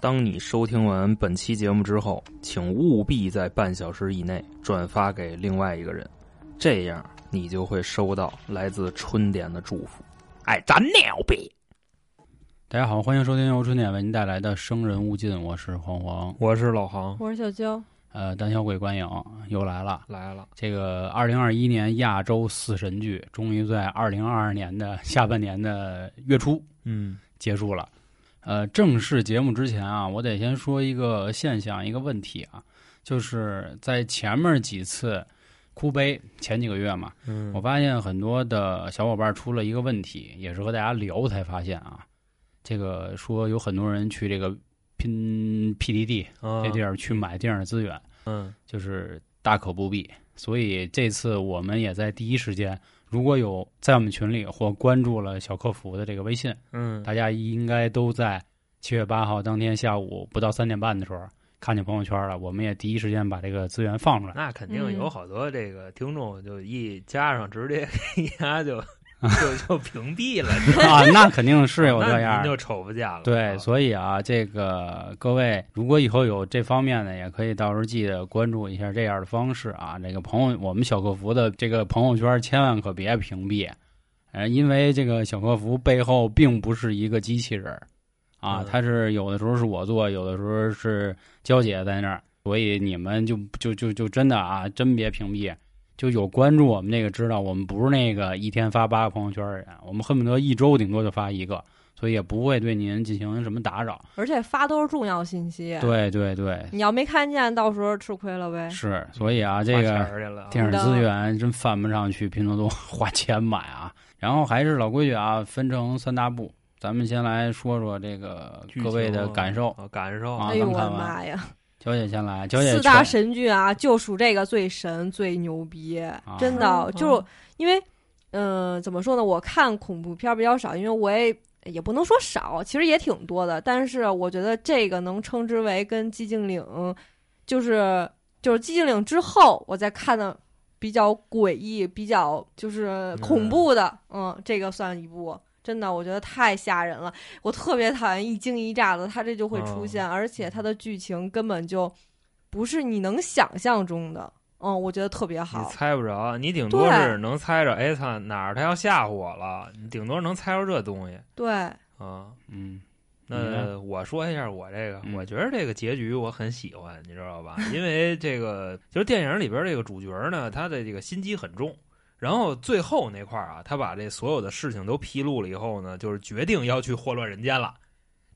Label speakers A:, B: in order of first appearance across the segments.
A: 当你收听完本期节目之后，请务必在半小时以内转发给另外一个人，这样你就会收到来自春点的祝福。哎，咱牛逼！
B: 大家好，欢迎收听由春点为您带来的《生人勿近》，我是黄黄。
A: 我是老航，
C: 我是小娇，
B: 呃，胆小鬼观影又来了。
A: 来了，
B: 这个二零二一年亚洲四神剧终于在二零二二年的下半年的月初
A: 嗯
B: 结束了。呃，正式节目之前啊，我得先说一个现象，一个问题啊，就是在前面几次哭悲前几个月嘛，
A: 嗯
B: 我发现很多的小伙伴出了一个问题，也是和大家聊才发现啊，这个说有很多人去这个拼 PDD 这地
A: 儿，
B: 儿去买电影资源，
A: 哦嗯
B: 就是大可不必。所以这次我们也在第一时间，如果有在我们群里或关注了小客服的这个微信，
A: 嗯，
B: 大家应该都在七月八号当天下午不到三点半的时候看见朋友圈了，我们也第一时间把这个资 源放出来。
A: 那肯定有
C: 嗯
A: 好多这个听众就一加上直接给家 就就就屏蔽了，
B: 啊，那肯定是有
A: 那
B: 这
A: 您
B: 样的
A: 就。瞅不见了。
B: 对，
A: 啊
B: 所以啊，这个各位，如果以后有这方面的，也可以到时候记得关注一下这样的方式啊。这个朋友，我们小客服的这个朋友圈千万可别屏蔽，呃，因为这个小客服背后并不是一个机器人儿啊
A: 嗯，
B: 他是有的时候是我做，有的时候是娇姐在那儿，所以你们就就就就真的啊，真别屏蔽。就有关注我们这个知道，我们不是那个一天发八个朋友圈的人，啊我们恨不得一周顶多就发一个，所以也不会对您进行什么打扰。
C: 而且发都是重要信息，
B: 对对对，
C: 你要没看见，到时候吃亏了呗。
B: 是，所以啊，
A: 花
B: 这
A: 钱
B: 个
A: 儿去了啊，
B: 电影资
C: 嗯
B: 源真犯不上去拼多 多花钱买啊。然后还是老规矩啊，分成三大步，咱们先来说说这个
A: 剧
B: 各位
A: 情
B: 的
A: 啊
B: 感受。
A: 啊感受
B: 啊
C: 哎呦
B: 咱
C: 我
B: 们看
C: 的
B: 完
C: 妈呀！
B: 娇姐先来，娇姐
C: 四
B: 全
C: 大神剧啊，就属这个最神最牛逼，
B: 啊
C: 真的
D: 嗯
C: 就是因为，嗯，怎么说呢？我看恐怖片比较少，因为我也也不能说少，其实也挺多的。但是我觉得这个能称之为跟寂静岭，就是就是寂静岭之后，我再看的比较诡异、比较就是恐怖的，嗯这个算一部。真的，我觉得太吓人了，我特别讨厌一惊一乍的，它这就会出现，而且它的剧情根本就不是你能想象中的。嗯，我觉得特别
A: 你
C: 好。
A: 猜不着，你顶多
C: 对
A: 是能猜着，哎操，哪儿他要吓唬我了？你顶多能猜着这东西
C: 对，
A: 啊。
B: 嗯，你
A: 那
B: 呢
A: 呃我说一下我这个，
B: 嗯
A: 我觉得这个结局我很喜欢，你知道 吧？因为这个就是电影里边这个主角呢，他的这个心机很重。然后最后那块儿啊，他把这所有的事情都披露了以后呢，就是决定要去祸乱人间了。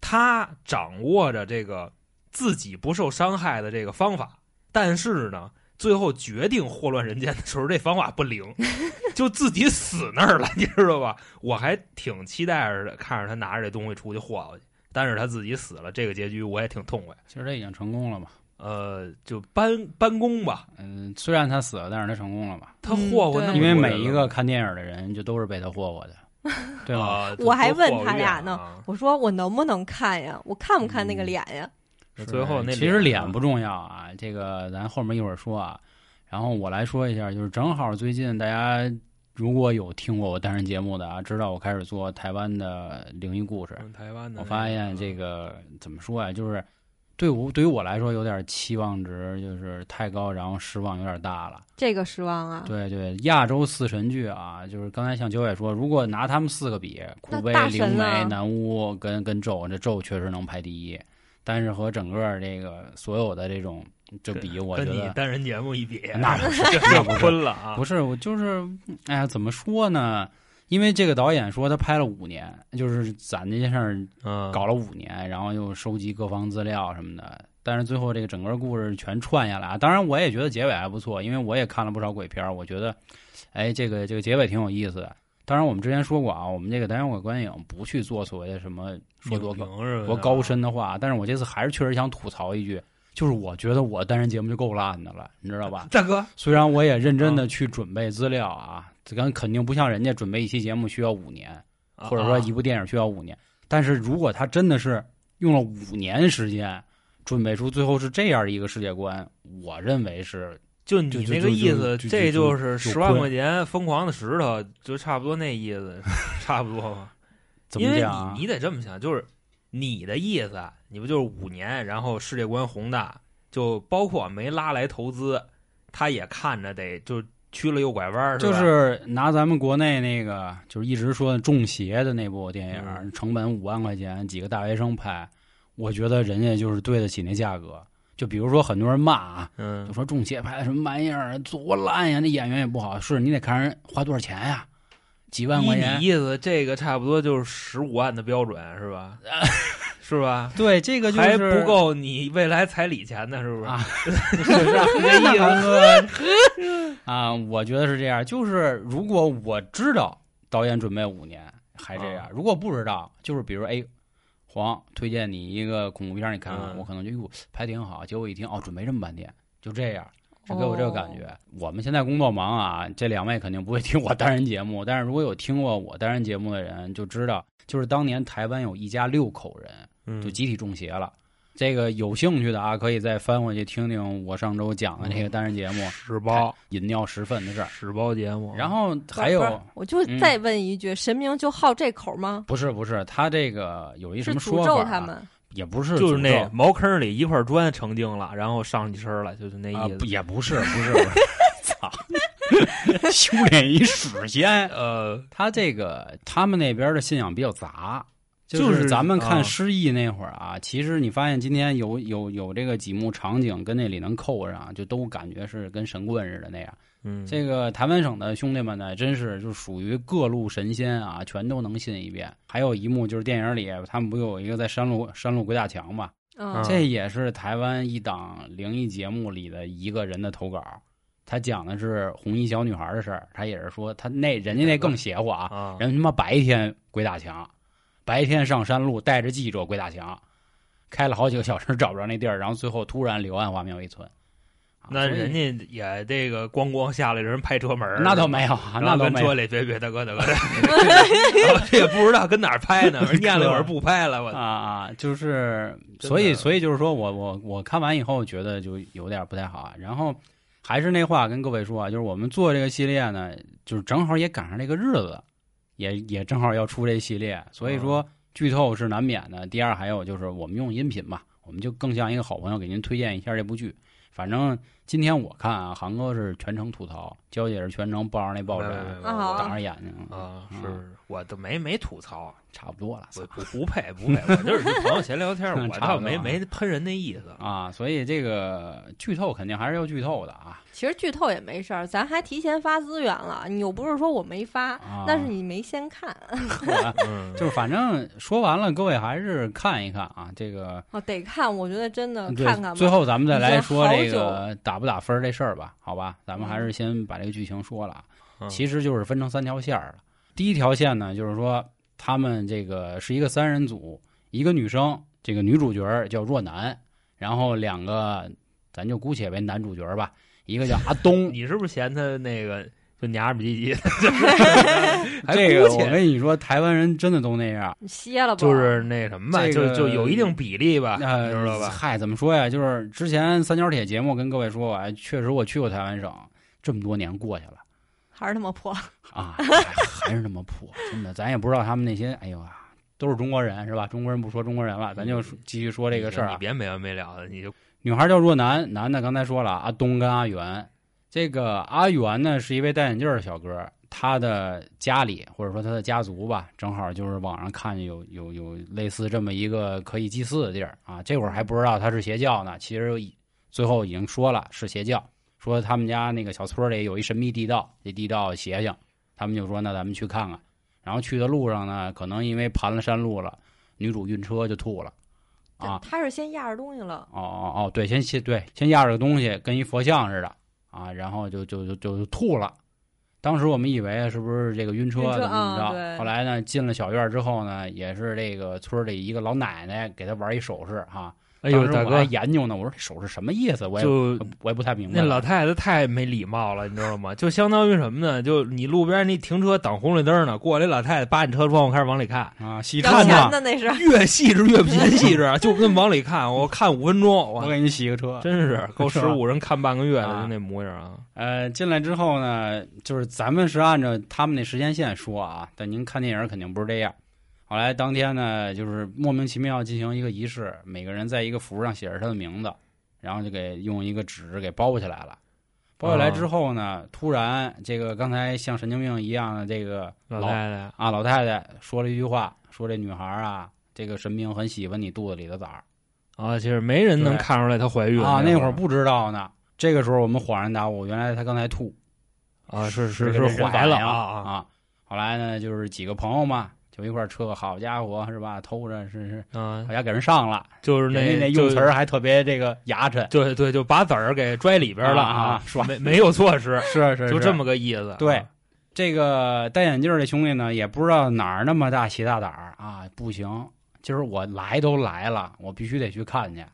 A: 他掌握着这个自己不受伤害的这个方法，但是呢，最后决定祸乱人间的时候，这方法不灵， 就自己死那儿了，你知道吧？我还挺期待着的，看着他拿着这东西出去祸祸去，但是他自己死了，这个结局我也挺痛快。
B: 其实这已经成功了嘛。
A: 呃，就搬搬工吧，
B: 嗯，虽然他死了，但是他成功了嘛，
A: 他祸祸那么多
C: 嗯对
A: 人了、
B: 因为每一个看电影的人就都是被他 霍霍的，对吧？
A: 啊，
C: 我还
A: 都祸
C: 问
A: 祸
C: 他
A: 一
C: 俩
A: 遍
C: 呢
A: 啊
C: 我说我能不能看呀？我看不看那
B: 嗯
C: 个脸呀？
A: 那
B: 是
A: 最后那
B: 其实
A: 脸啊
B: 脸不重要啊，这个咱后面一会儿说啊。然后我来说一下，就是正好最近大家如果有听过我单人节目的啊，知道我开始做台湾的灵异故事。
A: 嗯台湾的那个，
B: 我发现这个怎么说啊，就是对我对于我来说有点期望值就是太高，然后失望有点大了。
C: 这个失望啊！
B: 对对，亚洲四神剧啊，就是刚才像九也说，如果拿他们四个比，
C: 那
B: 苦悲
C: 大、
B: 灵
C: 神呢
B: 媒、南巫跟跟咒，这咒确实能排第一，但是和整个这个所有的这种就比，我觉
A: 跟你
B: 得
A: 单人节目一比，
B: 那不 是
A: 就昏了啊！
B: 不是我就是，哎呀，怎么说呢？因为这个导演说他拍了五年，就是攒这件事儿
A: 嗯，
B: 搞了五年，然后又收集各方资料什么的，但是最后这个整个故事全串下来啊。当然，我也觉得结尾还不错，因为我也看了不少鬼片儿，我觉得，哎，这个这个结尾挺有意思的。当然，我们之前说过啊，我们这个单元鬼观影不去做所谓的什么说多高
A: 高
B: 多高深的话，但是我这次还是确实想吐槽一句，就是我觉得我单人节目就够烂的了，你知道吧？
A: 啊大哥，
B: 虽然我也认真的去准备资料啊，这跟肯定不像人家准备一期节目需要五年，或者说一
A: 啊
B: 部电影需要五年。但是如果他真的是用了五年时间准备出最后是这样一个世界观，我认为是
A: 就你
B: 就
A: 那
B: 就
A: 个意
B: 就
A: 思，
B: 就
A: 这
B: 就
A: 就是
B: 就
A: 十万
B: 亏
A: 块钱疯狂的石头，就差不多那意思，差不多吧。
B: 怎
A: 因
B: 么
A: 为
B: 讲啊
A: 你你得这么想，就是你的意思，你不就是五年，然后世界观宏大，就包括没拉来投资，他也看着得就曲了又拐弯儿，
B: 就是
A: 吧
B: 是拿咱们国内那个，就是一直说的《中邪》的那部电影，
A: 嗯
B: 成本五万块钱，几个大学生拍，我觉得人家就是对得起那价格。就比如说很多人骂啊，
A: 嗯
B: 就，说《中邪》拍的什么玩意儿，多烂呀，那演员也不好，是你得看人花多少钱呀，几万块
A: 依
B: 钱
A: 你。意思，这个差不多就是十五万的标准是吧？ 是吧？
B: 对， 这个就是
A: 还不够你未来彩礼钱呢，是不是？
B: 啊
A: 是这意思。
B: 啊，我觉得是这样。就是如果我知道导演准备五年还这样，
A: 啊
B: 如果不知道，就是比如哎，黄推荐你一个恐怖片儿，你看看，
A: 嗯
B: 我可能就哟拍挺好，结果一听哦，准备这么半天，就这样。是给我这个感
A: 哦
B: 觉。我们现在工作忙啊，这两位肯定不会听我单人节目，但是如果有听过我单人节目的人就知道，就是当年台湾有一家六口人，
A: 嗯
B: 就集体中邪了。这个有兴趣的啊，可以再翻回去听听我上周讲的
C: 嗯
B: 这个单人节目
A: 屎
B: “
A: 包
B: 饮尿十分”的事儿。
A: 屎包节目，
B: 然后
C: 哦不是
B: 还
C: 不是
B: 有
C: 我就
B: 嗯
C: 再问一句，神明就好这口吗？
B: 不是不是，他这个有一
C: 是
B: 什么
C: 诅
B: 说
C: 咒
B: 法、啊
C: 他们？
B: 也不是
A: 就是
B: 诅
A: 那
B: 咒
A: 茅坑里一块砖成精了，然后上你身儿了，就是那
B: 啊
A: 意，
B: 不
A: 思。
B: 也不是不是，不 是操，修炼一屎仙。
A: 呃，
B: 他这个他们那边的信仰比较杂，
A: 就是是
B: 咱们看
A: 啊
B: 失忆那会儿啊，其实你发现今天有有有这个几幕场景跟那里能扣上，就都感觉是跟神棍似的那样。
A: 嗯，
B: 这个台湾省的兄弟们呢，真是就属于各路神仙啊，全都能信一遍。还有一幕就是电影里他们不有一个在山路山路鬼打墙嘛，
C: 嗯，
B: 这也是台湾一档灵异节目里的一个人的投稿。他讲的是红衣小女孩的事儿，他也是说他那人家那更邪乎啊，
A: 啊，
B: 人他妈白天鬼打墙，白天上山路带着记者鬼打墙，开了好几个小时找不着那地儿，然后最后突然柳暗花明又一村。啊
A: 那
B: 所以
A: 人家也这个咣咣下来，人拍车门儿
B: 那倒没有啊，
A: 然
B: 那
A: 后
B: 倒
A: 跟
B: 没
A: 车
B: 有。
A: 里别别大哥大哥，大哥然后这也不知道跟哪儿拍呢， 念了一会儿不拍了，
B: 啊
A: 我
B: 啊，就是，
A: 真的
B: 所以所以就是说我我我看完以后觉得就有点不太好啊，然后还是那话跟各位说啊，就是我们做这个系列呢，就是正好也赶上这个日子，也也正好要出这系列，所以
A: 哦
B: 说剧透是难免的。第二，还有就是我们用音频嘛，我们就更像一个好朋友给您推荐一下这部剧。反正今天我看啊，韩哥是全程吐槽，娇姐是全程抱着那抱
A: 没有没
B: 枕
A: 有没
C: 有啊
B: 挡着眼睛，
A: 啊，
B: 嗯
A: 是我都没没吐槽，啊
B: 差不多了。
A: 我不不配不配，我就是跟朋友闲聊天
B: 差不，多
A: 我倒没
B: 啊
A: 没喷人那意思。
B: 啊，所以这个剧透肯定还是要剧透的啊。
C: 其实剧透也没事儿，咱还提前发资源了，你又不是说我没发，
B: 啊
C: 但是你没先看
A: 嗯，
B: 就是反正说完了，各位还是看一看啊，这个
C: 哦，得看，我觉得真的
B: 嗯对
C: 嗯看看吧。
B: 最后咱们再来说
C: 已
B: 这
C: 经好久嗯
B: 个打不打分儿这事儿吧，好吧？咱们还是先把这个剧情说了啊，
A: 嗯
B: 其实就是分成三条线儿了。第一条线呢，就是说他们这个是一个三人组，一个女生，这个女主角儿叫若男，然后两个咱就姑且为男主角儿吧，一个叫阿东，
A: 你是不是嫌他那个就娘们唧唧 的？还
B: 这个
A: 姑
B: 我
A: 且
B: 跟你说，台湾人真的都那样。
C: 你歇了吧，
A: 就是那什么吧，
B: 这个
A: 就就有一定比例吧，
B: 呃，
A: 啊你知道吧？
B: 嗨，怎么说呀？就是之前三角铁节目跟各位说过，哎，确实我去过台湾省，这么多年过去了
C: 还是他妈破。
B: 啊，还还是那么破，真的，咱也不知道他们那些，哎呦啊，都是中国人是吧？中国人不说中国人了，咱就说继续说这个事
A: 嗯
B: 儿
A: 你
B: 啊。
A: 别没完没了的，你就
B: 女孩叫若楠，男的刚才说了阿东跟阿元，这个阿元呢是一位戴眼镜儿的小哥。他的家里或者说他的家族吧，正好就是网上看见有有有类似这么一个可以祭祀的地儿啊。这会儿还不知道他是邪教呢，其实已最后已经说了是邪教，说他们家那个小村儿里有一神秘地道，这地道邪性，他们就说那咱们去看看。然后去的路上呢，可能因为盘了山路了，女主晕车就吐了啊。
C: 他是先压着东西了，
B: 哦哦哦，对，先先对，先压着个东西，跟一佛像似的啊，然后就就就就就吐了。当时我们以为是不是这个晕车
C: 晕车
B: 怎么怎么
C: 啊
B: 着，
C: 对
B: 后来呢进了小院之后呢，也是这个村儿里一个老奶奶给他玩一手势哈、啊。
A: 哎
B: 当时我还研究呢，我说这手势什么意思？我也
A: 就
B: 我也不太明白。
A: 那老太太太没礼貌了，你知道吗？就相当于什么呢？就你路边你停车挡红绿灯呢，过来老太太扒你车窗户开始往里看，
B: 啊，细
A: 看
C: 要
B: 看
C: 钱
B: 吧，
C: 的那是。
A: 越细致越 贫细致，啊就跟往里看，我看五分钟，
B: 我
A: 我
B: 给你洗个车。
A: 真是够
B: 是
A: 十
B: 吧
A: 五人看半个月的
B: 啊
A: 就那模样啊！
B: 呃，进来之后呢，就是咱们是按照他们那时间线说啊，但您看电影肯定不是这样。后来当天呢，就是莫名其妙进行一个仪式，每个人在一个符上写着他的名字，然后就给用一个纸给包起来了。包起来之后呢，突然这个刚才像神经病一样的这个
A: 老
B: 老
A: 太太，
B: 啊老太太说了一句话，说这女孩啊，这个神明很喜欢你肚子里的崽儿
A: 啊，其实没人能看出来她怀孕
B: 啊。那
A: 会
B: 会儿不知道呢，这个时候我们恍然大悟，原来她刚才吐。
A: 啊，是
B: 这
A: 是
B: 个
A: 是
B: 人
A: 怀了
B: 反应
A: 啊
B: 啊！后来呢，就是几个朋友嘛，就一块儿撤，好家伙是吧？偷着是是，
A: 啊啊
B: 好，像给人上了，
A: 就是
B: 人家那
A: 就
B: 用词儿啊还特别这个牙碜，
A: 对对，就把籽儿给拽里边了
B: 啊啊
A: 没没有措施，
B: 是是
A: 就这。么个意思。
B: 对，这个戴眼镜儿的兄弟呢，也不知道哪儿那么大起大胆儿啊！不行，今儿我来都来了，我必须得去看去，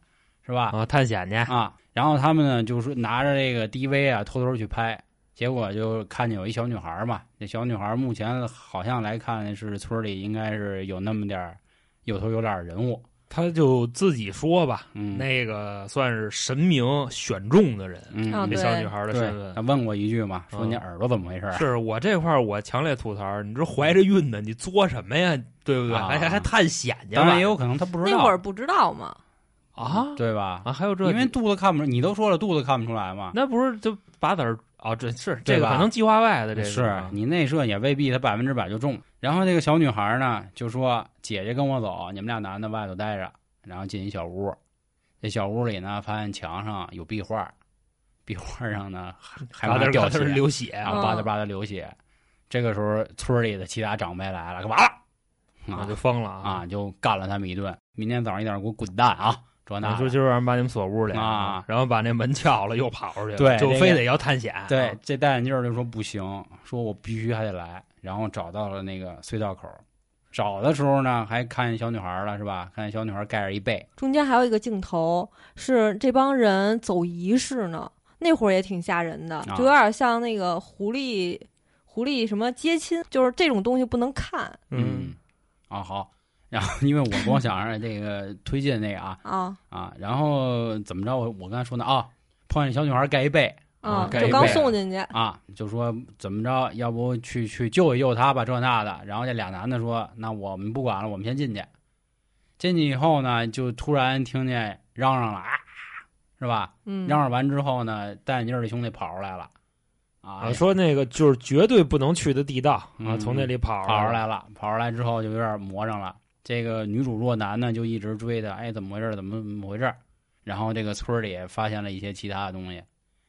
B: 是吧？
A: 啊，探险去
B: 啊，然后他们呢，就是拿着这个 DV 啊，偷偷去拍，结果就看见有一小女孩儿嘛。这小女孩儿目前好像来看是村里应该是有那么点儿有头有脸儿人物，
A: 他就自己说吧，
B: 嗯，
A: 那个算是神明选中的人，
B: 嗯，
C: 啊
A: 这
C: 对
A: 小女哦孩的
B: 对
A: 身，份
B: 他。问过一句嘛，说
A: 嗯
B: 你耳朵怎么回事儿？啊
A: 是我这块儿我强烈吐槽，你这怀着孕呢，你作什么呀？对不对？
B: 啊
A: 还还还探险去了？
B: 当然也有可能他不知
C: 那
B: 道
C: 会儿不知道嘛，
A: 啊
B: 对吧？
A: 啊，还有这，
B: 因为肚子看不出，你都说了肚子看不出来嘛。
A: 那不是就把籽儿啊？这是
B: 对
A: 这个
B: 吧
A: 可能计划外的，这个
B: 是你内射也未必他百分之百就中。然后这个小女孩呢就说：“姐姐跟我走，你们俩男的外头待着。”然后进一小屋，这小屋里呢发现墙上有壁画，壁画上呢还
A: 把籽
B: 还
A: 儿
B: 掉
A: 把籽
B: 血
A: 儿，流血
B: 然
A: 啊
B: 后
C: 嗯
B: 吧嗒吧嗒流血。这个时候村里的其他长辈来了，干嘛了？啊
A: 就疯了啊！
B: 啊，就干了他们一顿。明天早上一点给我滚蛋啊！这那
A: 啊
B: 的
A: 就就让人把你们锁屋里
B: 啊
A: 然后把那门撬了，又跑出去了，
B: 对
A: 就
B: 这个
A: 非得要探险。
B: 对
A: 啊，，
B: 这戴眼镜儿就说不行，说我必须还得来，然后找到了那个隧道口儿，找的时候呢，还看见小女孩儿了，是吧？看见小女孩儿盖着一被，
C: 中间还有一个镜头是这帮人走仪式呢，那会儿也挺吓人的，就有点像那个狐狸狐狸什么接亲，就是这种东西不能看
A: 嗯，，
B: 啊好，然后因为我光想着这个推荐那个啊
C: 啊
B: 啊，然后怎么着，我我刚才说呢啊，碰见小女孩儿盖一被
A: 啊
C: 就刚送进去，
B: 啊，就说怎么着，要不去去救一救她吧，这那的。然后这俩男的说，那我们不管了，我们先进去。进去以后呢，就突然听见嚷嚷了啊，是吧？
C: 嗯，
B: 嚷嚷完之后呢，戴眼镜儿的兄弟跑出来了，啊，
A: 啊，说那个就是绝对不能去的地道啊，
B: 嗯
A: 从那里跑
B: 跑出
A: 来
B: 来了，跑出来之后就有点磨上了。这个女主若男呢，就一直追的，哎，怎么回事儿？怎么怎么回事儿？然后这个村儿里发现了一些其他的东西，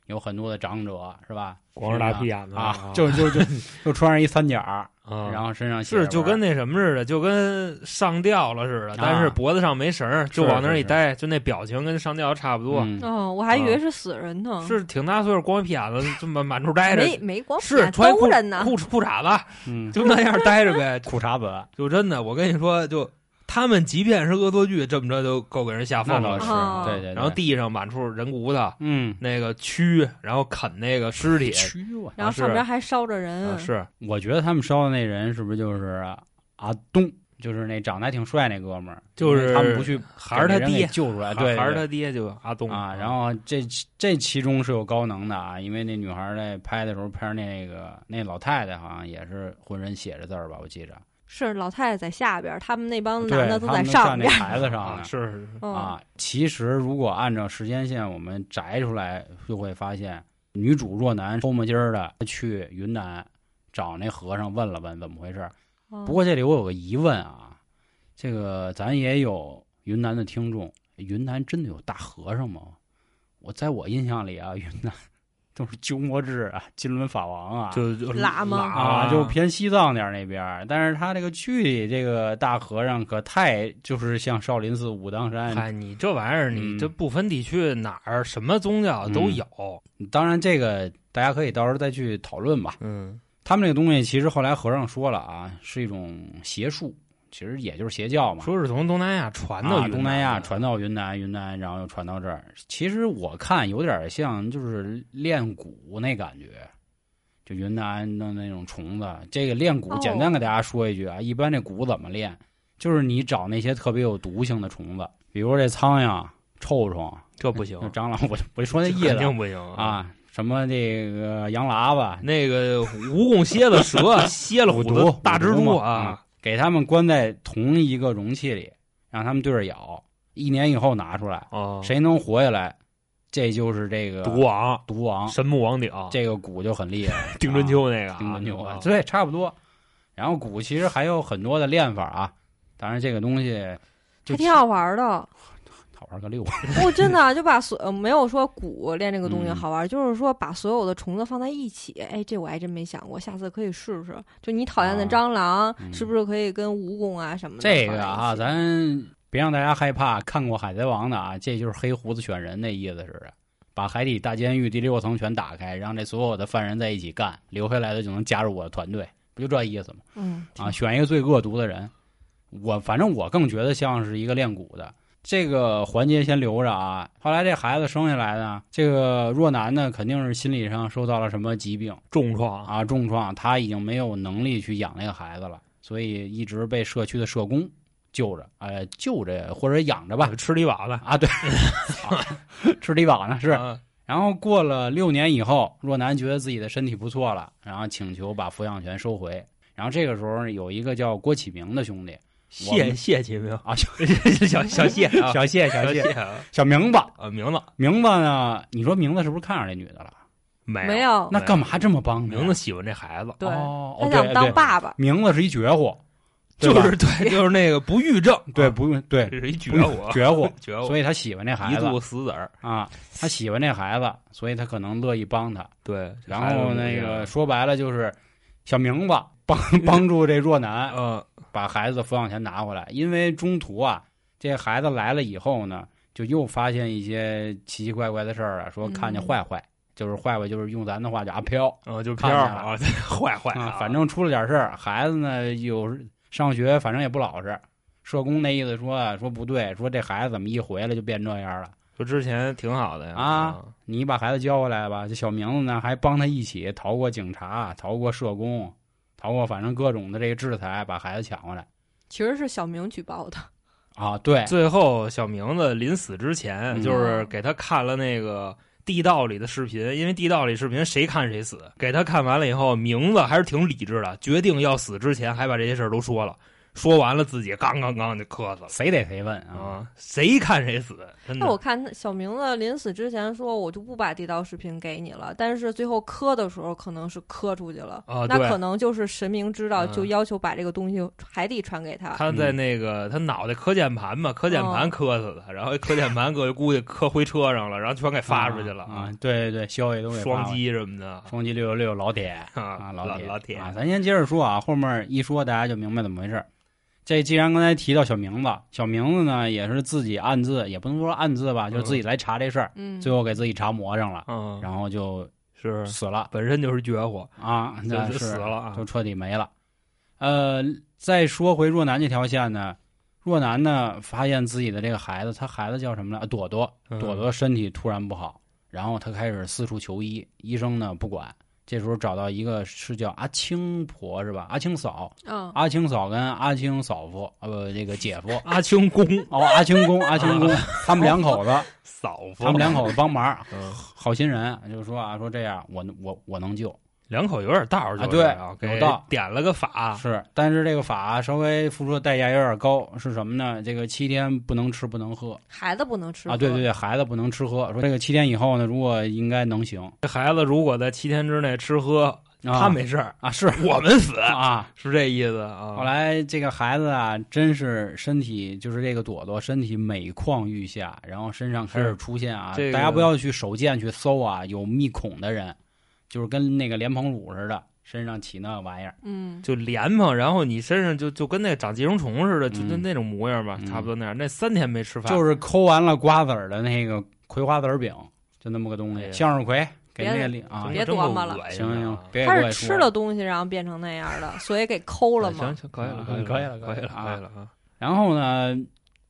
B: 有很多的长者，是吧？
A: 光着大屁眼子
B: 啊， 就就就就穿上一三角儿，
A: 啊，
B: 然后身上写
A: 是
B: 着
A: 就
B: 文儿
A: 跟那什么似的，就跟上吊了似的，但
B: 啊
A: 是脖子上没绳儿，就往那儿一待，就那表情跟上吊差不多，
B: 嗯
C: 哦，我还以为是死人呢，
A: 是挺大岁数，光着屁眼子这么满处待着，
C: 没没光
A: 是穿
C: 兜
A: 裤
C: 着呢，
A: 裤裤衩子，
B: 嗯，
A: 就啊那样待着呗，
B: 苦茶本，
A: 就真的，我跟你说，就他们即便是恶作剧，这么着就够给人吓
B: 那
A: 疯
B: 倒
A: 了
B: 是，。
C: 啊
B: 对对。
A: 然后
B: 对
A: 地上满处人骨头，
B: 嗯，
A: 那个蛆，然后啃那个尸体，
B: 屈我，
C: 然后上边还烧着
A: 啊
C: 人，
A: 是
B: 我觉得他们烧的那人是不是就是阿东，就是那长得还挺帅那哥们儿，
A: 就是
B: 因为他们不去
A: 还是
B: 给
A: 他
B: 那人给
A: 爹，
B: 救出来，对，
A: 还是
B: 对
A: 他爹就阿东
B: 啊。然后这这其中是有高能的啊，因为那女孩在拍的时候拍着那个那老太太好像也是浑身写着字儿吧，我记着，
C: 是老太太在下边，他们那帮
B: 对，
C: 男
B: 他
C: 的都在
B: 们
C: 上
B: 那
C: 边，
B: 牌子上
A: 啊
B: 呢。
A: 是是是
C: 嗯
B: 啊，其实如果按照时间线我们摘出来，就会发现女主若男偷摸筋儿的去云南找那和尚问了问怎么回事儿。
C: 嗯
B: 不过这里我有个疑问啊，这个咱也有云南的听众，哎云南真的有大和尚吗？我在我印象里啊，云南都是鸠摩智啊、金轮法王啊，
A: 就就
C: 喇嘛
B: 啊，就偏西藏点儿那边儿。但是他这个剧里这个大和尚可太就是像少林寺、武当山
A: 嗨，你这玩意儿，你
B: 嗯
A: 这不分地区哪儿什么宗教都有，
B: 当然，这个大家可以到时候再去讨论吧。
A: 嗯
B: 他们这个东西其实后来和尚说了啊，是一种邪术，其实也就是邪教嘛。
A: 说是从东南亚传到
B: 啊
A: 云南
B: 东南亚
A: 的
B: 传到云南，云南然后又传到这儿。其实我看有点像就是练蛊那感觉，就云南的那种虫子。这个练蛊，
C: 哦
B: 简单给大家说一句啊，一般这蛊怎么练？就是你找那些特别有毒性的虫子，比如说这苍蝇、臭虫、
A: 这不行，
B: 蟑螂，我就我就说那
A: 这
B: 意思
A: 肯定不行啊。
B: 啊，什么这个羊喇叭，
A: 那个蜈蚣、蝎子、蛇、蝎了虎
B: 五毒
A: 子、大蜘
B: 五毒
A: 蛛
B: 嘛
A: 啊，
B: 给他们关在同一个容器里，让他们对着咬，一年以后拿出来，
A: 啊，
B: 嗯谁能活下来，这就是这个
A: 毒王、
B: 毒王，
A: 神木王鼎、，
B: 啊这个蛊就很厉害
A: 丁春秋那个啊，
B: 丁春秋啊，
A: 啊
B: 对，差不多。然后蛊其实还有很多的练法啊，当然这个东西就
C: 还挺好玩的。
B: 好玩个六。啊
C: 我真的就把所呃没有说鼓练这个东西
B: 嗯
C: 好玩，就是说把所有的虫子放在一起，哎，这我还真没想过，下次可以试试。就你讨厌的
B: 啊
C: 蟑螂，
B: 嗯
C: 是不是可以跟蜈蚣啊什么的？
B: 这个啊，
C: 放在一起
B: 咱别让大家害怕。看过《海贼王》的啊，这就是黑胡子选人那意思似的，把海底大监狱第六层全打开，让这所有的犯人在一起干，留下来的就能加入我的团队，不就这意思吗？
C: 嗯
B: 啊，选一个最恶毒的人。我反正我更觉得像是一个练蛊的这个环节先留着啊。后来这孩子生下来呢，这个若男呢肯定是心理上受到了什么疾病
A: 重创啊，
B: 啊，重创，他已经没有能力去养那个孩子了，所以一直被社区的社工救着，呃，救着或者养着吧。
A: 吃里瓦了
B: 啊，对， 啊吃低保呢是。
A: 啊
B: 然后过了六年以后，若男觉得自己的身体不错了，然后请求把抚养权收回。然后这个时候呢有一个叫郭启明的兄弟我
A: 谢
B: 们
A: 谢启明
B: 啊，
A: 小
B: 小
A: 小谢啊，
B: 小谢
A: 小
B: 小
A: 谢
B: 谢
A: 啊，
B: 小明子，
A: 啊名字
B: 明子呢？你说明子是不是看上这女的了？
A: 没
C: 没有，
B: 那干嘛这么帮她呀
A: 名字喜欢这孩子，
C: 对，
B: 哦，
C: 他
B: 哦
C: 想当。
B: 对对
C: 爸爸，
B: 明子是一绝户，对
A: 就
B: 吧
A: 是 对，就是那个不育症，
B: 对，
A: 啊
B: 不用对
A: 这是一哦绝
B: 不用
A: 活，
B: 绝户，
A: 绝活，
B: 所以他喜欢这孩
A: 一
B: 子
A: 肚死子儿，
B: 啊，他喜欢这孩子，所以他可能乐意帮他。
A: 对，这
B: 然
A: 孩子
B: 后
A: 这
B: 那 个说白了就是，小明子帮帮助这若男
A: 呃，
B: 把孩子的抚养权拿回来，因为中途啊，这孩子来了以后呢，就又发现一些奇奇怪怪的事儿啊，说看见
C: 嗯
B: 坏坏，就是坏坏，就是用咱的话叫阿飘
A: 呃，就
B: 看
A: 片儿
B: 见了
A: 啊，坏坏
B: 啊，反正出了点事儿，孩子呢有时上学，反正也不老实。社工那意思说啊，说不对，说这孩子怎么一回来就变这样了。
A: 就之前挺好的呀
B: 啊，你把孩子交回来吧。这小明子呢，还帮他一起逃过警察，逃过社工，逃过反正各种的这个制裁，把孩子抢回来
C: 其实是小明举报的。
B: 啊。对，
A: 最后小明子临死之前，
B: 嗯
A: 就是给他看了那个。地道里的视频，因为地道里视频谁看谁死，给他看完了以后，明子还是挺理智的，决定要死之前还把这些事儿都说了，说完了自己刚刚刚就磕死了
B: 谁逮谁问啊。
A: 啊，谁看谁死，真
B: 嗯
A: 的
C: 那我看他小明子临死之前说，我就不把地道视频给你了，但是最后磕的时候可能是磕出去了，
B: 哦
A: 啊
C: 那
A: 对
C: 可能就是神明知道，
A: 嗯
C: 就要求把这个东西海底传给他。
A: 他
B: 嗯
A: 在那个他脑袋磕键盘嘛，磕键盘磕死的，然后磕键盘哥估计磕回车上了，然后全给发出去了
B: 啊！啊，对对对，消息都给发
A: 双
B: 了，
A: 击什么的
B: 双击六六六，老铁啊，
A: 啊，
B: 老
A: 老
B: 铁
A: 老铁
B: 啊！咱先接着说啊，后面一说大家就明白怎么回事儿。这既然刚才提到小明子，小明子呢也是自己暗自，也不能说暗自吧，就是自己来查这事儿，
C: 嗯，
B: 最后给自己查魔上了，
A: 嗯，
B: 然后就是死了
A: 本身就是绝活，
B: 啊，
A: 就
B: 那
A: 就是死了啊
B: 就彻底没了。呃，再说回若男这条线呢，若男呢发现自己的这个孩子，他孩子叫什么来？啊朵朵，
A: 嗯
B: 朵朵身体突然不好，然后他开始四处求医，医生呢不管。这时候找到一个是叫阿青婆是吧？阿青嫂，
C: 嗯，
B: 阿青嫂跟阿青嫂夫，呃，不，这个姐夫
A: 阿清公
B: 哦，阿青公，阿青 公，他们两口子，
A: 嫂夫，
B: 他们两口子 帮忙，
A: 嗯
B: 好心人，就说啊，说这样我我我能救，
A: 两口有点道儿，就是
B: 啊对
A: 给
B: 有道
A: 点了个法，
B: 是，但是这个法啊稍微付出的代价有点高，是什么呢？这个七天不能吃不能喝
C: 孩子不能吃
B: 啊，对对，对，孩子不能吃喝。说这个七天以后呢，如果应该能行
A: 这孩子如果在七天之内吃喝，
B: 啊，
A: 他没事儿，
B: 啊 是
A: 我们死，
B: 啊。
A: 是这意思啊。
B: 后来这个孩子啊，真是身体就是这个朵朵身体每况愈下，然后身上开
A: 是
B: 始出现啊，
A: 这个
B: 大家不要去手贱去搜啊，有密孔的人，就是跟那个莲蓬乳似的，身上起那玩意儿。
C: 嗯，
A: 就莲蓬，然后你身上就就跟那长寄生虫似的，就就
B: 嗯
A: 那种模样吧，
B: 嗯
A: 差不多那样。那三天没吃饭，
B: 就是抠完了瓜子儿的那个葵花籽儿饼，就那么个东
A: 哎
B: 西，
A: 呀
B: 向日葵给那个
A: 真
B: 啊
A: 够，
C: 别哎琢磨了
A: 恶心
B: 行
A: 的
B: 行
A: 啊，
B: 别给
C: 他
B: 我说
C: 是吃了东西然后变成那样的，所以给抠了嘛
A: 哎行。行，可以了，
B: 啊
A: 可以了，
B: 可
A: 以
B: 以了
A: 了，可
B: 可以了
A: 以了啊！
B: 然后呢，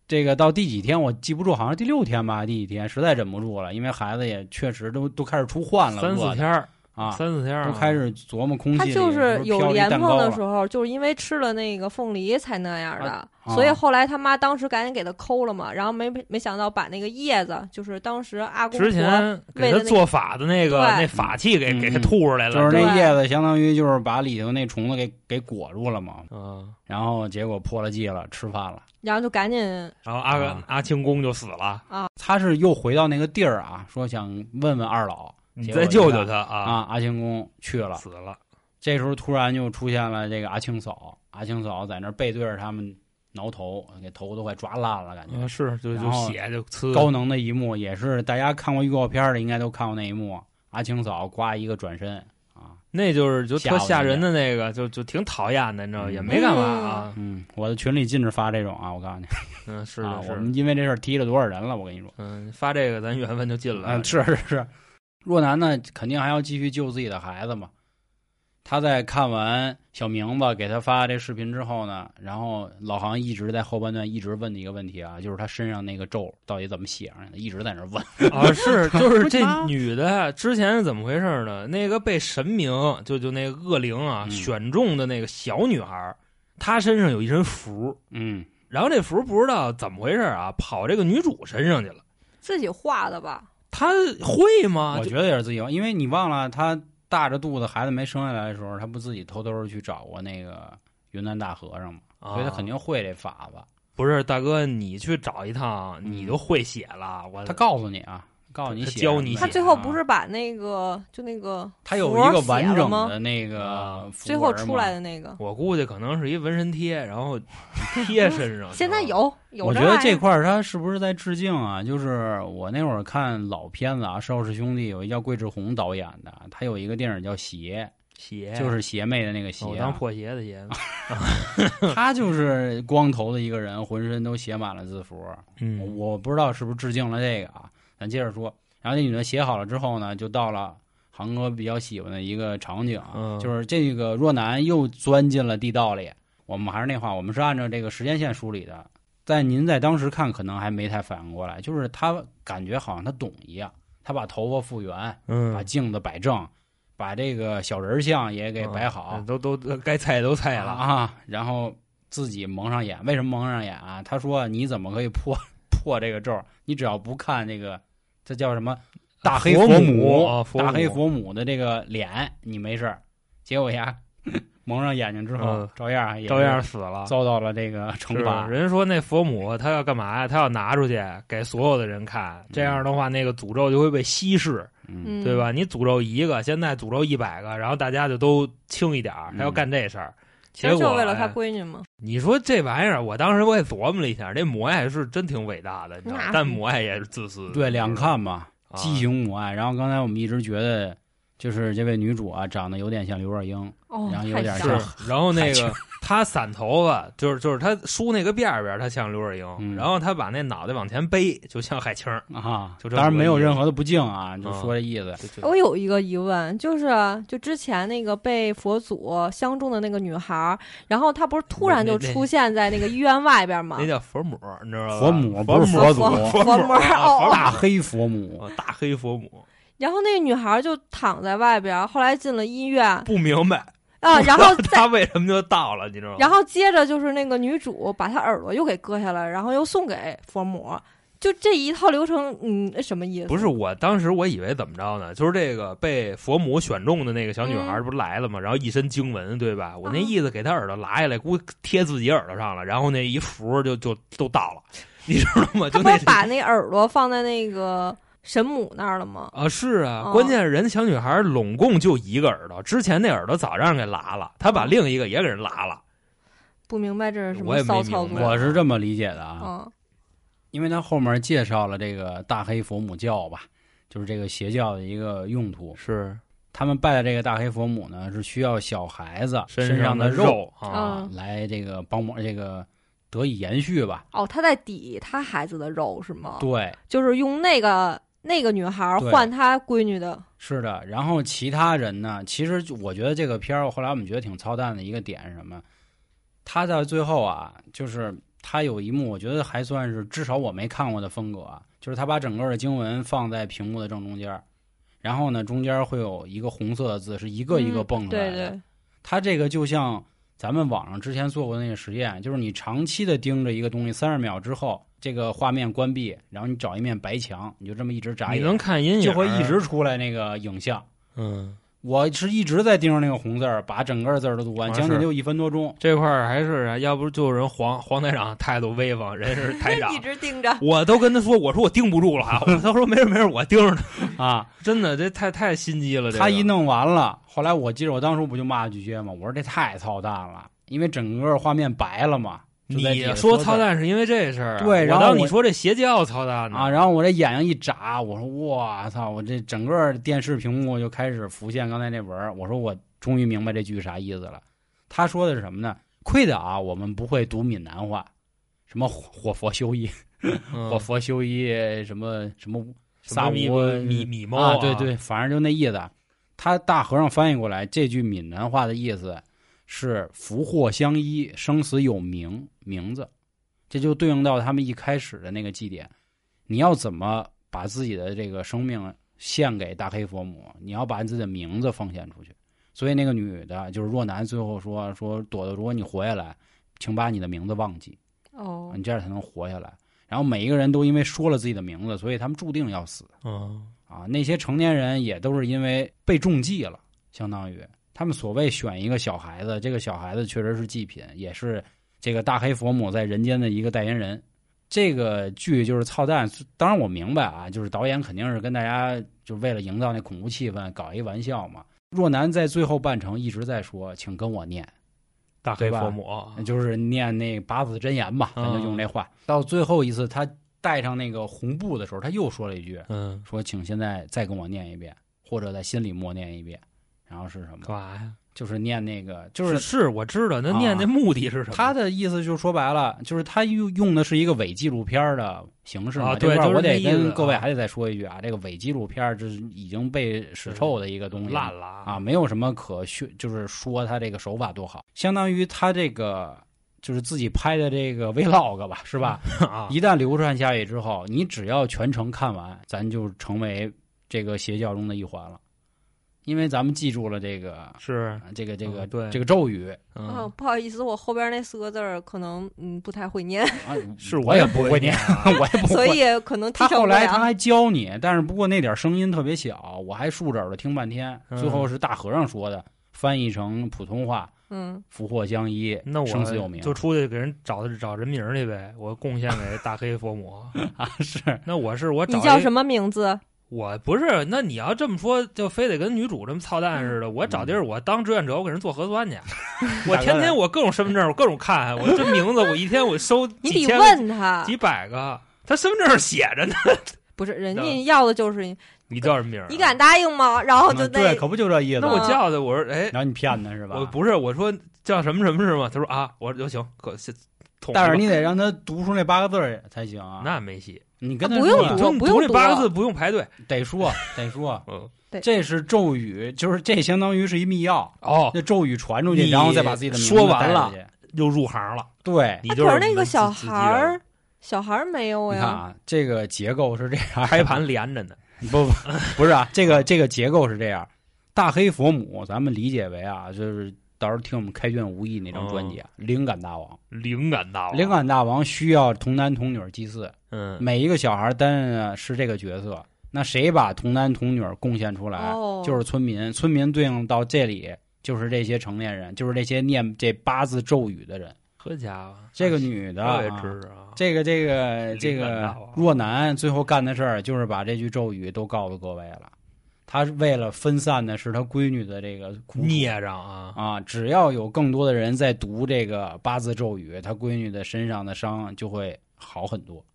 B: 这个到第几天我记不住，好像是第啊六天吧，第几天实在忍不住了，因为孩子也确实都都开始出汗了，
A: 三
B: 饿
A: 四
B: 的
A: 天儿
B: 啊，
A: 三四天啊
B: 都开始琢磨空气
C: 他
B: 里
C: 就是有莲蓬的时
B: 候，
C: 候，就是因为吃了那个凤梨才那样的，
B: 啊
C: 所以后来他妈当时赶紧给他抠了嘛，然后没没想到把那个叶子，就是当时阿公
A: 之
C: 婆
A: 前给
C: 为
A: 他
C: 了那个
A: 做法的那个
C: 对
A: 那法器给
B: 嗯
A: 给他吐出来
B: 就是
A: 了，
B: 那
C: 对
B: 叶子相当于就是把里头那虫子给给裹住了嘛，
A: 嗯，
B: 然后结果破了戒了，吃饭了。
C: 然后就赶紧
A: 然后阿
B: 啊
A: 阿清公就死了，
B: 他是又回到那个地儿啊，说想问问二老
A: 你
B: 结
A: 再
B: 果
A: 救
B: 一啊
A: 救
B: 看
A: 他啊，
B: 啊，阿清公去了。
A: 死了，
B: 这时候突然就出现了这个阿青嫂，阿青嫂在那儿背对着他们挠头，给头都快抓烂了，感觉。
A: 嗯是就就
B: 然后
A: 血就呲
B: 高能的一幕，也是大家看过预告片的应该都看过那一幕。阿青嫂呱一个转身啊，
A: 那就是就特
B: 吓唬
A: 吓人
B: 人
A: 的那个，就就挺讨厌的，你知道吗
B: 嗯
A: 也没干嘛啊，
B: 嗯，我的群里禁止发这种啊，我告诉你
A: 嗯，是
B: 啊
A: 的，，
B: 我
A: 是的，
B: 们因为这事儿踢了多少人了，我跟你说，
A: 嗯，发这个咱缘分就尽了
B: 嗯，，是是是。若男呢，肯定还要继续救自己的孩子嘛。他在看完小明子给他发这视频之后呢，然后老航一直在后半段一直问的一个问题啊，就是他身上那个咒到底怎么写上来的，一直在那儿 问。
A: 啊，是， 就是这
C: 不知道
A: 女的啊之前是怎么回事呢？那个被神明，就就那个恶灵啊、
B: 嗯
A: 选中的那个小女孩儿，她身上有一身符，
B: 嗯，
A: 然后这符不知道怎么回事啊，跑这个女主身上去了。
C: 自己画的吧，
A: 她会
C: 啊
A: 吗？
B: 嗯我
A: 就
B: 觉得也是自己，因为你忘了他大着肚子孩子没生下来的时候，他不自己偷偷去找过那个云南大和尚嘛，
A: 啊
B: 所以他肯定会这法子。
A: 不是大哥，你去找一趟，
B: 嗯
A: 你都会写了。我
B: 他告诉你啊，告诉你
A: 他
B: 写
A: 教
B: 什么
A: 你
B: 的
A: 写
C: 他最后
B: 啊
C: 不是把那个就那个
B: 他有
C: 符
B: 一个
C: 写
B: 完
C: 了
B: 整
C: 吗
B: 的那个
A: 啊
B: 符
C: 最后
B: 文
C: 出
B: 嘛
C: 来的那个，
A: 我估计可能是一纹身贴，然后贴身上。
C: 现在
A: 是吧
C: 有有
B: 我觉
C: 这玩
B: 得
C: 意儿
B: 这块儿他是不是在致敬啊？就是我那会儿看老片子啊，《邵氏兄弟》有一叫桂志红导演的，他有一个电影叫《邪
A: 鞋》，，
B: 就是邪魅的那个邪
A: 哎我
B: 啊、
A: 当破鞋的鞋。
B: 他就是光头的一个人，浑身都写满了字符。我
A: 嗯，
B: 我不知道是不是致敬了这个啊。咱接着说，然后那女的写好了之后呢，就到了航哥比较喜欢的一个场景啊，
A: 嗯
B: 就是这个若男又钻进了地道里。我们还是那话，我们是按照这个时间线梳理的。但您在当时看，可能还没太反应过来，就是他感觉好像他懂一样，他把头发复原，把
A: 嗯，
B: 镜子摆正，把这个小人儿像也给摆好，
A: 嗯都都该菜都菜了。
B: 啊，然后自己蒙上眼。为什么蒙上眼啊？他说你怎么可以破 破这个咒儿？你只要不看这个，这叫什么大黑
A: 佛
B: 母，
A: 母啊佛
B: 大黑
A: 母
B: 佛母的这个脸，你没事儿。结果呀， 蒙上眼睛之后，
A: 嗯
B: 照样儿也
A: 照样
B: 是
A: 死了。
B: 遭到了这个
A: 是
B: 惩罚。
A: 人家说那佛母他要干嘛呀？他要拿出去给所有的人看，这样的话那个诅咒就会被稀释，
B: 嗯，
C: 嗯
A: 对吧？你诅咒一个，现在诅咒一百个，然后大家就都轻一点儿。他要
B: 嗯
A: 干这事儿，
C: 其
A: 结
C: 实就
A: 果
C: 为了他
A: 哎
C: 闺女嘛，
A: 你说这玩意儿，我当时我也琢磨了一下，这母爱是真挺伟大的，你知道吗
C: 那，是嗯
A: 但母爱也是自私的。
B: 对，两看吧，
A: 啊
B: 畸形母爱。然后刚才我们一直觉得，就是这位女主啊，长得有点像刘若英，
C: 哦，
B: 然后有
C: 太
B: 点
C: 像
A: 是
B: 像
C: 了，
A: 然后那
B: 还
A: 个
B: 行
A: 他散头发，就是就是他梳那个辫儿辫儿，他像刘若英，
B: 嗯
A: 然后他把那脑袋往前背，就像海清儿。
B: 啊，
A: 就这
B: 当然
A: 么个
B: 没有
A: 意思
B: 任何的不敬啊，就
A: 嗯
B: 说这意思。
A: 就就
C: 我有一个疑问，就是就之前那个被佛祖相中的那个女孩儿，然后她不是突然就
A: 那那
C: 出现在那个医院外边吗
A: 那？叫佛母，你知道吧？
B: 佛母
A: 佛
B: 不是
A: 母
B: 佛
C: 佛
B: 祖
C: 佛佛母
A: 啊
C: 哦，
B: 大黑佛母，
A: 啊大黑佛母，
C: 然后那个女孩儿就躺在外边儿，后来进了医 院
A: 不明白
C: 啊，然后再
A: 他为什么就到了，你知道吗？
C: 然后接着就是那个女主把她耳朵又给割下来，然后又送给佛母，就这一套流程，嗯，什么意思？
A: 不是，我当时我以为怎么着呢？就是这个被佛母选中的那个小女
C: 嗯
A: 孩儿不是来了吗？然后一身经文，对吧？我那
C: 啊
A: 意思给她耳朵拉下来，估计贴自己耳朵上了，然后那一符就就都到了，你知道吗？
C: 她
A: 就
C: 不
A: 那
C: 是把那耳朵放在那个神母那儿了吗？
A: 啊，是啊，
C: 哦
A: 关键是人小女孩儿拢共就一个耳朵，之前那耳朵早让人给拉了，
C: 哦
A: 她把另一个也给人拉了。
C: 不明白这是什
A: 我
C: 么
A: 也没
C: 骚操
A: 明
C: 作？
A: 白
B: 我是这么理解的啊，
C: 嗯
B: 因为他后面介绍了这个大黑佛母教吧，就是这个邪教的一个用途。
A: 是
B: 他们拜的这个大黑佛母呢，是需要小孩子
A: 身
B: 上
A: 的
B: 肉
A: 啊，
C: 嗯
B: 来这个帮忙，这个得以延续吧。
C: 哦，他在抵他孩子的肉是
A: 哦
C: 吗？
B: 对，
C: 就是用那个那个女孩儿
B: 对
C: 换他闺女的，
B: 是的。然后其他人呢，其实就我觉得这个片儿后来我们觉得挺操蛋的一个点是什么？他到最后啊，就是他有一幕，我觉得还算是至少我没看过的风格啊，就是他把整个的经文放在屏幕的正中间儿，然后呢，中间会有一个红色的字，是一个一个蹦出来
C: 嗯对
B: 的。
C: 对，
B: 它这个就像咱们网上之前做过的那个实验，就是你长期的盯着一个东西，三十秒之后，这个画面关闭，然后你找一面白墙，你就这么一直眨
A: 你
B: 眼，
A: 能看阴影，
B: 就会一直出来那个影像。
A: 嗯。
B: 我是一直在盯着那个红字儿，把整个字儿都读完，
A: 啊
B: 将近
A: 是
B: 就一分 多钟。
A: 这块儿还是啊，要不就是人黄黄台长态度威风，人是 台长
C: 一，直 盯着。
A: 我都跟他说，我说我盯不住了 啊，我他说没事没事，我盯着呢。
B: 啊，
A: 真的，这太太心机了。这个
B: 他一弄完了，后来我记着我当初不就骂了句街吗？我说这太操蛋了，因为整个画面白了嘛。就在底
A: 你
B: 下
A: 说
B: 字儿
A: 操蛋是因为这事儿啊，
B: 对然
A: 我
B: 后
A: 当
B: 我
A: 你说这邪教操蛋呢
B: 啊，然后我这眼睛一眨，我说我操，我这整个电视屏幕就开始浮现刚才那文儿，我说我终于明白这句啥意思了。他说的是什么呢？亏得啊，我们不会读闽南话，什么火火佛修一，
A: 嗯
B: 火佛修一，什么什
A: 什
B: 么
A: 么
B: 萨
A: 米
B: 摩
A: 米米猫
B: 啊，对对，反正就那意思。他大和尚翻译过来这句闽南话的意思是“福祸相依，生死有名”名字，这就对应到他们一开始的那个祭典。你要怎么把自己的这个生命献给大黑佛母？你要把自己的名字奉献出去。所以那个女的，就是若男，最后说说朵朵，如果你活下来，请把你的名字忘记。
C: 哦，
B: 啊你这样才能活下来。然后每一个人都因为说了自己的名字，所以他们注定要死
A: 嗯，
B: 啊。那些成年人也都是因为被中计了，相当于他们所谓选一个小孩子，这个小孩子确实是祭品，也是这个大黑佛母在人间的一个代言人。这个剧就是操蛋，当然我明白啊，就是导演肯定是跟大家就为了营造那恐怖气氛搞一玩笑嘛。若男在最后半程一直在说，请跟我念。
A: 大黑佛母，啊
B: 就是念那八字真言吧，咱就用这话。到最后一次他带上那个红布的时候，他又说了一句
A: 嗯：“，
B: 说请现在再跟我念一遍，或者在心里默念一遍。”然后是什
A: 干
B: 么？
A: 嘛呀？
B: 就是念那个，就是是
A: 是，我知道，那
B: 啊
A: 念那目的是什么？
B: 他的意思，就是说白了，就是他用用的是一个伪纪录片的形式嘛。
A: 啊对
B: 这块儿
A: 就是
B: 我
A: 那
B: 得
A: 意思
B: 跟各位
A: 啊
B: 还得再说一句啊，这个伪纪录片这是已经被屎臭的一个东西了
A: 烂了
B: 啊，！没有什么可炫，就是说他这个手法多好，相当于他这个就是自己拍的这个 vlog 吧，是吧？
A: 啊，
B: 一旦流传下去之后，你只要全程看完，咱就成为这个邪教中的一环了，因为咱们记住了这个
A: 是，
B: 这个这个、
A: 嗯对
B: 这个 咒语
C: 啊，
A: 嗯，
C: 不好意思，我后边那四个字儿可能嗯不太会念，
B: 啊，
A: 是
B: 我
A: 也
B: 不
A: 会
B: 念，
A: 啊
B: 我也不
C: 所
B: 会。
C: 以可能提
B: 他
C: 升
B: 后
C: 不
B: 来他
C: 了。
B: 还教你，但是不过那点声音特别小，我还竖着耳朵听半天，
A: 嗯
B: 最后是大和尚说的，翻译成普通话
C: 嗯，
B: “福祸相依，
A: 那
B: 生死有名
A: 我”，就出去给人找找人名儿去呗，我贡献给大黑佛 母。
B: 啊，是
A: 那我是我找
C: 你叫
A: 一
C: 什么名字？
A: 我不是，那你要这么说，就非得跟女主这么操蛋似的。我找地儿，我当志愿者，我给人做核酸 去。我天天我各种身份证，我各种看，我这名字，我一天我收
C: 你
A: 几
C: 得
A: 千个
C: 问他，
A: 几百个，他身份证上写着呢。
C: 不是人
A: 嗯
C: 家要的就是你，
A: 你叫什么名儿？啊
C: 你敢？答应吗？然哦后就
B: 嗯对，
C: 那
B: 可不就这意思
A: 那
B: 吗。
A: 我叫他，我说哎，
B: 然后你骗他是吧？
A: 我不是，我说叫什么什么是吗？他说啊，我说就行，可是捅吧
B: 但是你得让他读出那八个字儿才行啊。
A: 那没戏，
B: 你跟
C: 啊
B: 他
C: 不
B: 说
C: 用
B: 了
C: 读
A: 你
C: 不
A: 读
C: 用
A: 这
C: 读
A: 八个字不用排队。
B: 得说得说，
A: 嗯，
B: 这是咒语，就是这相当于是一密钥。
A: 哦，
B: 那咒语传出去，
A: 你
B: 然后再把自己的名字
A: 说完
B: 带出去。
A: 又入行了，
B: 对，
A: 你
C: 哎
A: 就
C: 可是那
A: 你
C: 个
A: 们
C: 小
A: 自己
C: 孩
A: 人
C: 儿，小孩儿没有
B: 你看
C: 呀。
B: 啊，这个结构是这样。
A: 开盘连着呢。
B: 不不不是啊，这个这个结构是这样。大黑佛母，咱们理解为啊，就是到时候听我们开卷无益那张专辑
A: 哦
B: 啊，灵感大王》。
A: 灵感大
B: 《
A: 王，
B: 灵，感大王》需要童男童女祭祀，
A: 啊嗯，
B: 每一个小孩担任的是这个角色。那谁把童男童女贡献出来，
C: 哦
B: 啊就是村民。村民对应到这里，就是这些成年人，就是这些念这八字咒语的人。
A: 好家伙，
B: 这个女的、
A: 哎我也
B: 啊，
A: 知道啊，
B: 这个这个这
A: 灵感
B: 个
A: 大王
B: 若男最后干的事儿，就是把这句咒语都告诉各位了。他是为了分散的是他闺女的这个苦楚
A: 孽障啊，
B: 啊，只要有更多的人在读这个八字咒语，他闺女的身上的伤就会好很多。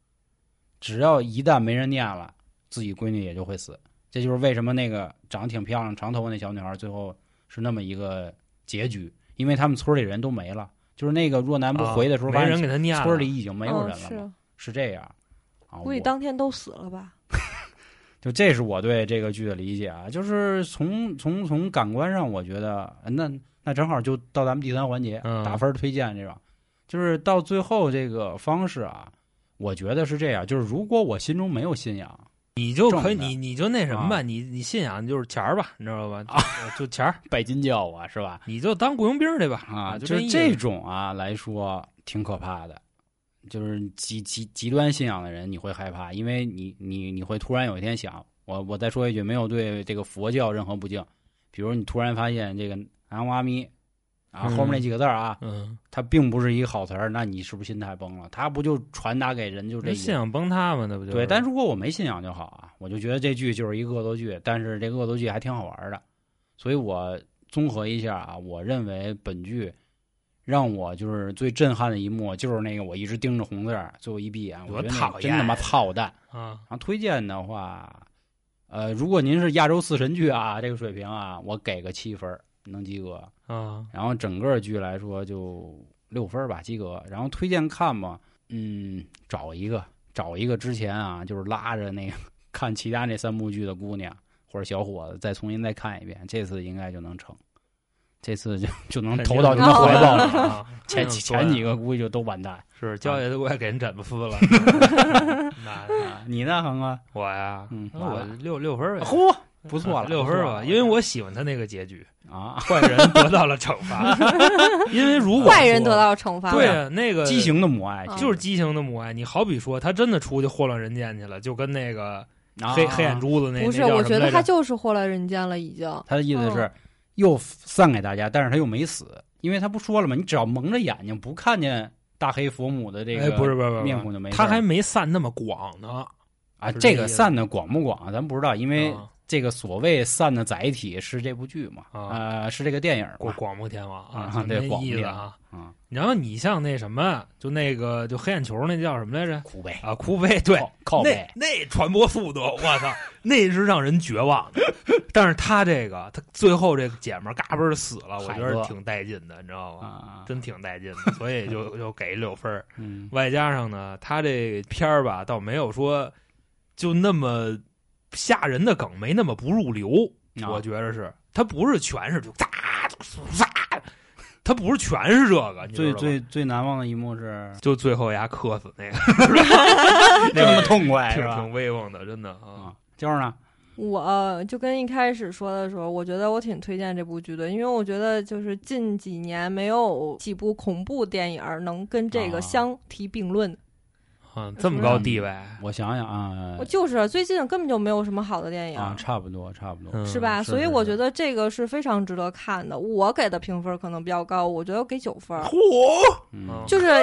B: 只要一旦没人念了，自己闺女也就会死。这就是为什么那个长得挺漂亮、长头发那小女孩最后是那么一个结局，因为他们村里人都没了。就是那个若男不回的时候，
A: 啊
B: 发
A: 没
B: 现
A: 人给他念了，
B: 村里已经没有
C: 嗯
B: 人了嘛，
C: 是
B: 是这样啊。
C: 估计
B: 我
C: 当天都死了吧？
B: 就这是我对这个剧的理解啊，就是从从从感官上，我觉得呃那那正好就到咱们第三环节、
A: 嗯
B: 打分推荐这种，就是到最后这个方式啊，我觉得是这样，就是如果我心中没有信仰，
A: 你就可以，
B: 正的
A: 你你就那什么吧，
B: 啊
A: 你你信仰就是钱儿吧，你知道吧？就就钱儿，
B: 拜金教我是吧？
A: 你就当雇佣兵儿去吧
B: 啊，
A: 就
B: 就
A: 意
B: 是
A: 思
B: 这种啊来说挺可怕的，就是极极极端信仰的人你会害怕，因为你你你会突然有一天想，我我再说一句，没有对这个佛教任何不敬，比如你突然发现这个南无阿弥啊
A: 嗯
B: 后面那几个字儿啊，
A: 嗯，
B: 它并不是一个好词儿，那你是不是心态崩了？它不就传达给人就这
A: 这
B: 一
A: 信仰崩塌嘛，那不就是
B: 对，但如果我没信仰就好啊，我就觉得这剧就是一恶作剧，但是这个恶作剧还挺好玩的，所以我综合一下啊，我认为本剧让我就是最震撼的一幕，就是那个我一直盯着红字儿，最后一闭眼，
A: 多
B: 我觉得那
A: 讨
B: 真他妈
A: 厌
B: 操蛋。
A: 啊，
B: 然后推荐的话，呃，如果您是亚洲四神剧啊这个水平啊，我给个七分儿，能及格。
A: 啊，
B: 然后整个剧来说就六分儿吧，及格。然后推荐看嘛，嗯，找一个找一个之前啊，就是拉着那个看其他那三部剧的姑娘或者小伙子再重新再看一遍，这次应该就能成，这次就就能投到您的怀 抱里。
A: 了。
B: 前
A: 肯定
B: 前几
A: 对
B: 个估啊计就都完蛋。
A: 是交爷都快给人枕头撕 了，那
B: 啊你呢，恒哥？
A: 我呀，
B: 嗯
A: 那
B: 完
A: 我
B: 了
A: 六六分儿呗，
B: 嚯，不错了，
A: 六分儿
B: 不错
A: 吧，
B: 了
A: 因为我喜欢他那个结局，
B: 啊，
A: 坏人得到了惩 罚，因为如果
C: 坏人
A: 说
C: 得到惩罚，
A: 对啊，那个
B: 畸形的母爱
C: 啊
A: 就是畸形的母爱。你好比说，他真的出去祸乱人间去了，就跟那个
B: 啊
A: 黑、黑眼珠子那
C: 不是，
A: 那叫
C: 我
A: 什
C: 觉
A: 么
C: 得
A: 来着
C: 他就是祸乱人间了，已经。
B: 他的意思
C: 哦
B: 是又散给大家，但是他又没死，因为他不说了吗？你只要蒙着眼睛不看见大黑佛母的这
A: 哎，
B: 个
A: 不是不是不是
B: 面
A: 不
B: 孔就没
A: 是，
B: 事儿，
A: 他还没散那么广呢，
B: 啊，
A: 是
B: 这
A: 这意
B: 个
A: 思
B: 散的广不广啊，咱不知道，因为
A: 啊
B: 这个所谓散的载体是这部剧嘛，
A: 啊
B: 呃，是这个电影
A: 广
B: 嘛，
A: 广播天王
B: 啊
A: 就
B: 对
A: 那
B: 广播
A: 意思
B: 天
A: 啊。
B: 啊，
A: 然后你像那什么，就那个就黑眼球那叫什么来着？
B: 哭呗，
A: 啊，哭悲对，
B: 靠靠
A: 那
B: 呗，
A: 那传播速度，我操，那是让人绝望的。但是他这个，他最后这个姐们儿嘎嘣儿死了，我觉
B: 海
A: 得
B: 哥
A: 挺带劲的，你知道吗？
B: 啊，
A: 真挺带劲的，所以 就就给六分儿。
B: 嗯
A: 外加上呢，他这片儿吧，倒没有说就那么吓人的梗，没那么不入流。
B: 啊
A: 我觉得是，他不是全是就哒哒，他不是全是这个，你知道
B: 最
A: 吗
B: 最最难忘的一幕是
A: 就最后牙磕死那个，
B: 这么痛快
A: 挺
B: 哎是吧？
A: 挺威风的，真的啊。
B: 啊，就是呢，
C: 我呃就跟一开始说的时候，我觉得我挺推荐这部剧的，因为我觉得就是近几年没有几部恐怖电影儿能跟这
B: 啊
C: 个相提并论。
A: 嗯，这么高地位，
B: 我想想啊
C: 我就是最近根本就没有什么好的电影儿。
B: 啊，差不多差不多，
A: 嗯
C: 是吧？所以
A: 是
C: 我
A: 是
C: 觉得这个是非常值得看的。我给的评分可能比较高，我觉得我给九分儿。
A: 嚯，
B: 嗯，
C: 就是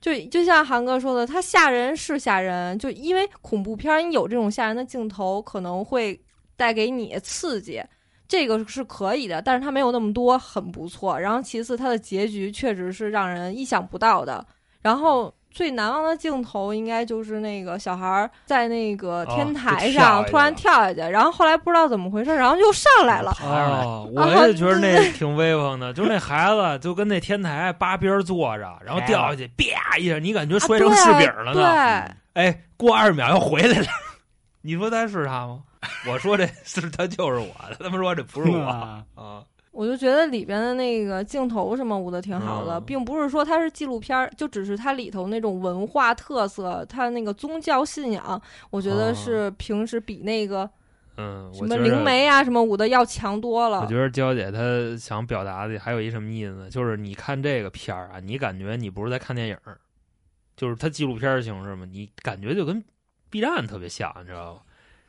C: 就就像韩哥说的，它吓人是吓人，就因为恐怖片儿你有这种吓人的镜头，可能会带给你刺激。这个是可以的，但是它没有那么多，很不错。然后其次，它的结局确实是让人意想不到的。然后最难忘的镜头应该就是那个小孩儿在那个
A: 哦
C: 天
A: 就
C: 台
A: 跳
C: 上、
A: 下
C: 突然
A: 去
C: 跳下去，然后后来不知道怎么回事，然后又上来了。
B: 爬上来
C: 啊
A: 哦，我也觉得那挺威风的，就是那孩子就跟那天台八边坐着，然后掉下去，啪一下，你感觉嗯摔成柿饼了呢。
C: 啊
A: 哎，过二十秒又回来了，你说他是他吗？ 我说这是他就是我，他们说这不是我啊
B: 啊
C: 对，我就觉得里边的那个镜头什么舞的挺好的，
A: 嗯
C: 并不是说它是纪录片儿，就只是它里头那种文化特色，它那个宗教信仰，我觉
A: 哦
B: 啊
C: 得是平时比那个
A: 嗯，我
C: 什么
A: 觉得
C: 灵媒啊什么舞的要强多了
A: 我。觉得娇姐她想表达的还有一什么意思呢？就是你看这个片儿啊，你感觉你不是在看电影儿，就是它纪录片儿形式嘛，你感觉就跟 B 站特别像，你知道吗？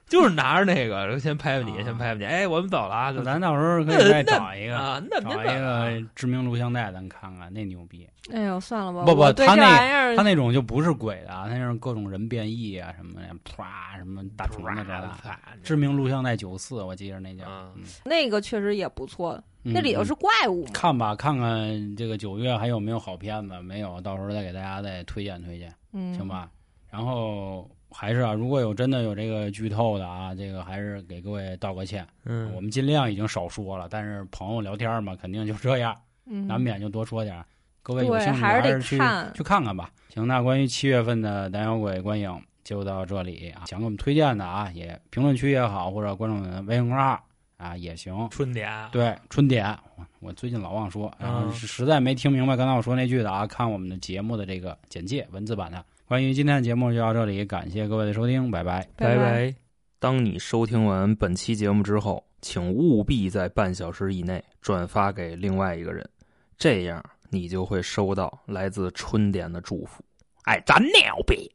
A: 就是拿着那个，先拍拍你，
B: 啊
A: 先拍拍你，哎，我们走了啊，就
B: 咱到时候可以再找一个
A: 啊，那
B: 找
A: 那
B: 一个知名录像带，咱看看，那牛逼。
C: 哎呦，算了吧，
B: 不不
C: 我对
B: 他
C: 这
B: 那
C: 玩意儿
B: 他那种就不是鬼的啊，他那种各种人变异啊什么的，啪什么大虫子这
A: 的
B: 的。，知名录像带九四，我记着那叫。
A: 啊
B: 嗯
C: 那个确实也不错，那里头
B: 嗯
C: 是怪物嘛。
B: 看吧，看看这个九月还有没有好片子，没有，到时候再给大家再推荐推荐，
C: 嗯，
B: 行？吧？然后还是啊，如果有真的有这个剧透的啊，这个还是给各位道个歉，我
A: 嗯，
B: 们尽量已经少说了，但是朋友聊天嘛，肯定就这样。
C: 嗯，
B: 难免就多说点儿。各位
C: 对
B: 有兴趣
C: 还是得
B: 去
C: 看
B: 去看看吧。行，那关于七月份的胆小鬼观影就到这里啊。想给我们推荐的啊，也评论区也好，或者观众的微信公众号啊也行。
A: 春啊点，
B: 对，春点，我我最近老忘说，然后
A: 嗯
B: 实实在没听明白刚才我说那句的啊，看我们的节目的这个简介文字版的。关于今天的节目就到这里，感谢各位的收听，拜拜。
C: 拜
A: 拜。当你收听完本期节目之后，请务必在半小时以内转发给另外一个人，哎这样你就会收到来自春点的祝福。爱咱牛逼！